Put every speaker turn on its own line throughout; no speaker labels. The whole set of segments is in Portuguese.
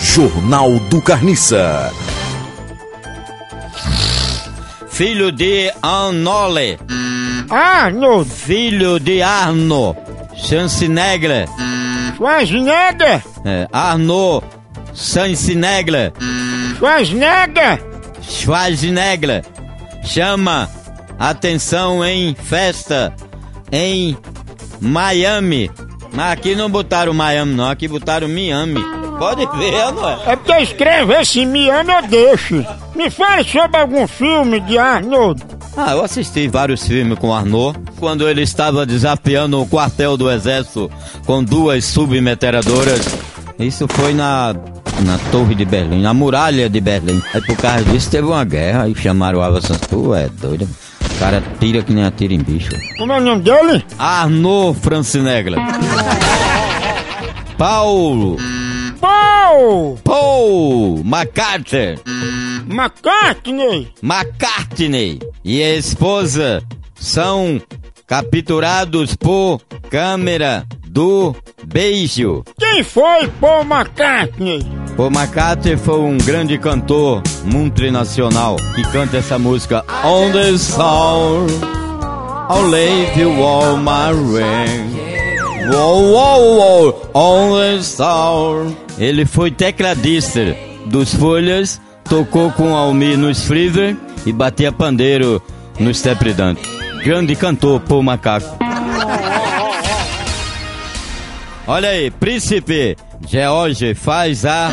Jornal do Carniça.
Filho de Anole,
Arnold
filho de Arno Schwarzenegger,
Schwarzenegger,
é, Arno Schwarzenegger,
Schwarzenegger,
Schwarzenegger, chama atenção em festa em Miami. Mas aqui não botaram Miami não, aqui botaram Miami. Pode ver, não é?
é porque eu escrevo esse me ama eu deixo. Me fale sobre algum filme de Arnold.
Ah, eu assisti vários filmes com Arnaud. Quando ele estava desafiando o quartel do exército com duas submetralhadoras. Isso foi na, na Torre de Berlim, na Muralha de Berlim. Aí por causa disso teve uma guerra e chamaram o Ava Santos. Tu é doido. O cara tira que nem atira em bicho.
Como é o nome dele?
Arnaud Francinegla. Paulo.
Paul
Paul McCartney.
McCartney.
McCartney e a esposa são capturados por câmera do beijo.
Quem foi Paul McCartney?
O McCartney foi um grande cantor multinacional que canta essa música On the Soul. I'll leave you all my ring. Wow, wow, wow, on the soul. Ele foi tecladista dos Folhas, tocou com Almir nos Freezer e batia pandeiro no Step Dante. Grande cantor, Paul Macaco. Olha aí, Príncipe George faz a...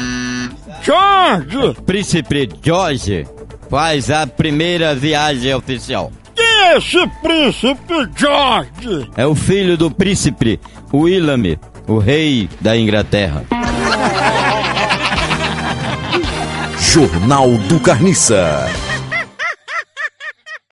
George.
Príncipe George faz a primeira viagem oficial.
Quem é esse príncipe George?
É o filho do príncipe William, o rei da Inglaterra.
Jornal do Carniça.